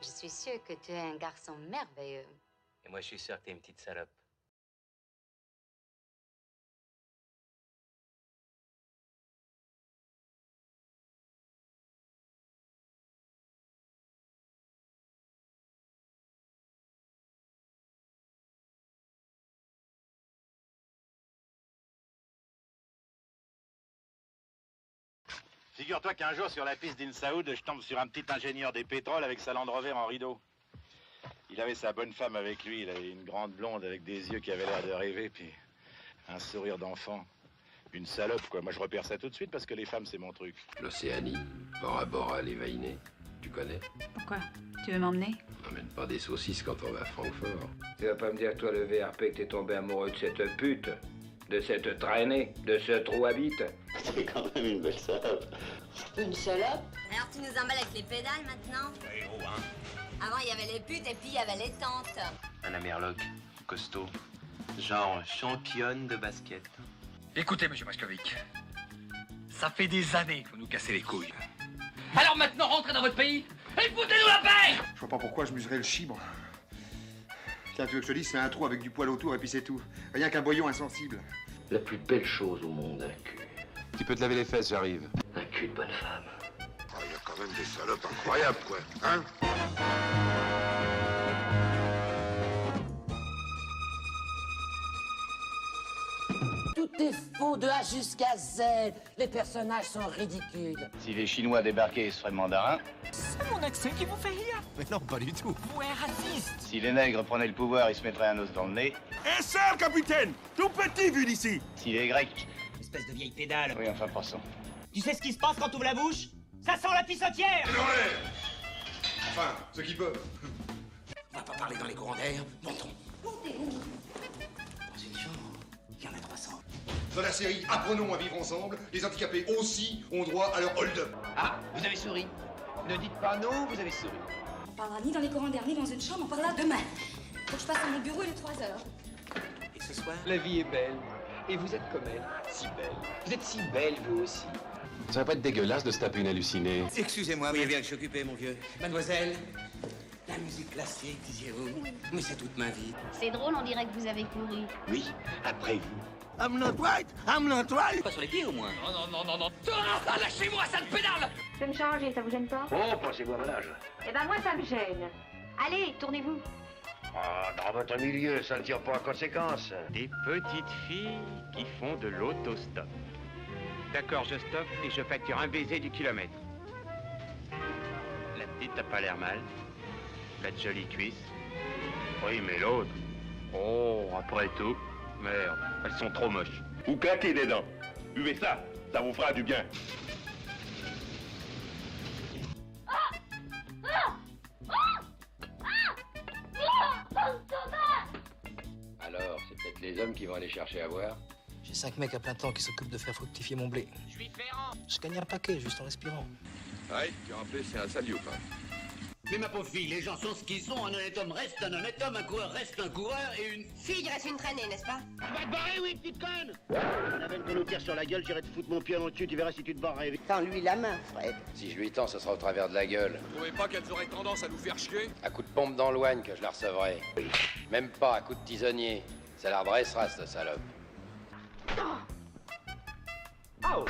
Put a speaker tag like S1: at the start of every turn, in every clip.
S1: suis sûre que tu es un garçon merveilleux.
S2: Et moi, je suis sûr que t'es une petite salope.
S3: Figure-toi qu'un jour, sur la piste d'Insaoud, je tombe sur un petit ingénieur des pétroles avec sa Land Rover en rideau. Il avait sa bonne femme avec lui. Il avait une grande blonde avec des yeux qui avaient l'air de rêver, puis un sourire d'enfant. Une salope, quoi. Moi, je repère ça tout de suite parce que les femmes, c'est mon truc.
S4: L'Océanie, Bora Bora, les Vahiné, tu connais
S5: Pourquoi Tu veux m'emmener
S4: On n'emmène pas des saucisses quand on va à Francfort.
S6: Tu vas pas me dire, toi, le VRP, que t'es tombé amoureux de cette pute, de cette traînée, de ce trou à bite
S7: C'est quand même une belle salope.
S8: Une salope
S9: Alors tu nous emballes avec les pédales maintenant
S7: Eh oh, hein
S9: Avant il y avait les putes et puis il y avait les tantes.
S2: Un amerloc, costaud. Genre championne de basket.
S10: Écoutez, monsieur Moscovic, ça fait des années que vous nous cassez les couilles.
S11: Alors maintenant, rentrez dans votre pays et foutez-nous la paix
S12: Je vois pas pourquoi je muserais le chibre. Tiens, tu veux que je te dise, c'est un trou avec du poil autour et puis c'est tout. Rien qu'un boyon insensible.
S13: La plus belle chose au monde, un cul.
S14: Tu peux te laver les fesses, j'arrive.
S13: Un cul de bonne femme.
S15: Il oh, y a quand même des salopes incroyables, quoi. Hein
S16: Tout est faux de A jusqu'à Z. Les personnages sont ridicules.
S3: Si les Chinois débarquaient et seraient mandarins.
S17: C'est mon accent qui vous fait rire.
S18: Mais non, pas du tout.
S17: Vous êtes raciste.
S3: Si les nègres prenaient le pouvoir, ils se mettraient un os dans le nez.
S19: Et ça, capitaine Tout petit vu d'ici
S3: Si les Grecs.
S17: Espèce de vieille pédale.
S3: Oui, enfin, passons.
S17: Tu sais ce qui se passe quand t'ouvres la bouche Ça sent la pissotière
S15: Enfin, ceux qui peuvent.
S17: On va pas parler dans les courants d'air. Montons.
S15: Dans
S17: une chambre, il y en a 300.
S15: Dans la série Apprenons à vivre ensemble, les handicapés aussi ont droit à leur hold-up.
S20: Ah, vous avez souri. Ne dites pas non, vous avez souri.
S1: On parlera ni dans les courants d'air, ni dans une chambre, on parlera demain. Faut que je passe à mon bureau, il est 3 heures.
S20: Et ce soir La vie est belle. Et vous êtes comme elle, si belle. Vous êtes si belle, vous aussi.
S14: Ça va pas être dégueulasse de se taper une hallucinée.
S3: Excusez-moi, mais bien que je suis occupé, mon vieux.
S17: Mademoiselle, la musique classique, disiez-vous Mais c'est toute ma vie.
S5: C'est drôle, on dirait que vous avez couru.
S20: Oui, après vous.
S3: I'm not right, I'm not right.
S17: Pas sur les pieds au moins.
S11: Non, non, non, non, non. Ah, lâchez-moi, ça me pédale
S1: Je vais me changer, ça vous gêne pas
S3: Oh, pensez-vous à mon âge.
S1: Eh ben moi, ça me gêne. Allez, tournez-vous.
S3: Ah, dans votre milieu, ça ne tire pas en conséquence.
S9: Des petites filles qui font de l'autostop. D'accord, je stoppe et je facture un baiser du kilomètre. La petite n'a pas l'air mal. Pas de jolies cuisses. Oui, mais l'autre. Oh, après tout. Merde, elles sont trop moches.
S3: Vous claquez des dents. Buvez ça, ça vous fera du bien.
S4: Alors, c'est peut-être les hommes qui vont aller chercher à boire
S8: J'ai cinq mecs à plein temps qui s'occupent de faire fructifier mon blé.
S17: Je suis Ferrand
S8: Je gagne un paquet juste en respirant.
S15: Ouais, tu rappelé, c'est un saliot, hein.
S6: Mais ma pauvre fille, les gens sont ce qu'ils sont. Un honnête homme reste un honnête homme, un coureur reste un coureur et une
S9: fille reste une traînée, n'est-ce pas
S6: Va te barrer, oui, petite conne
S3: La veine qu'on nous tire sur la gueule, j'irai te foutre mon pied en dessus, tu verras si tu te barres.
S8: Tends-lui la main, Fred.
S4: Si je lui tends, ça sera au travers de la gueule.
S21: Vous trouvez pas qu'elles auraient tendance à nous faire chier
S4: À coup de pompe dans l'oigne que je la recevrai. Même pas à coup de tisonnier. Ça la redressera, cette salope.
S6: Oh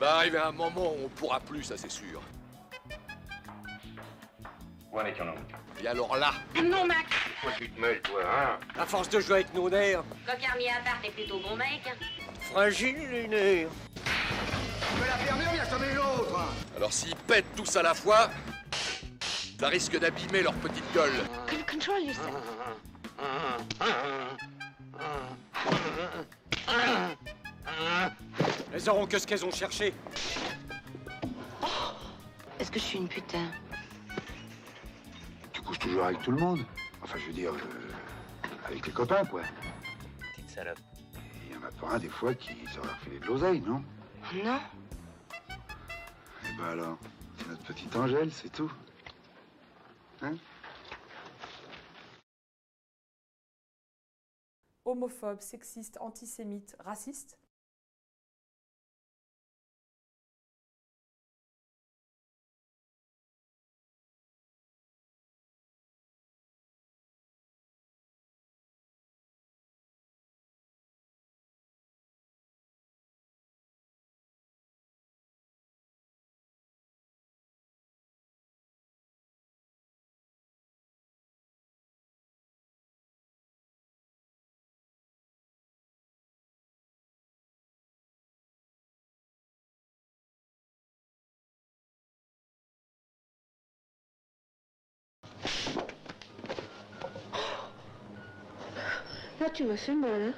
S21: Bah, arriver un moment où on pourra plus, ça c'est sûr.
S3: Où en est-on
S21: Et alors là
S5: Non, Max
S3: Pourquoi tu te mêles, toi, hein
S17: À force de jouer avec nos nerfs.
S5: Coquard mis à part, t'es plutôt bon mec.
S17: Fragile, une nerfs.
S15: Mais la fermure vient sonner l'autre
S21: Alors s'ils pètent tous à la fois, ça risque d'abîmer leur petite gueule.
S5: Control yourself.
S17: Elles auront que ce qu'elles ont cherché.
S5: Oh Est-ce que je suis une putain
S15: Tu couches toujours avec tout le monde. Enfin, je veux dire, je- avec les copains, quoi.
S2: Petite salope.
S15: Il y en a pas un, des fois, qui t'aurait refilé de l'oseille, non
S5: Non
S15: Eh ben alors, c'est notre petite Angèle, c'est tout. Hein
S22: homophobe, sexiste, antisémite, raciste
S5: Là, tu me fais mal, hein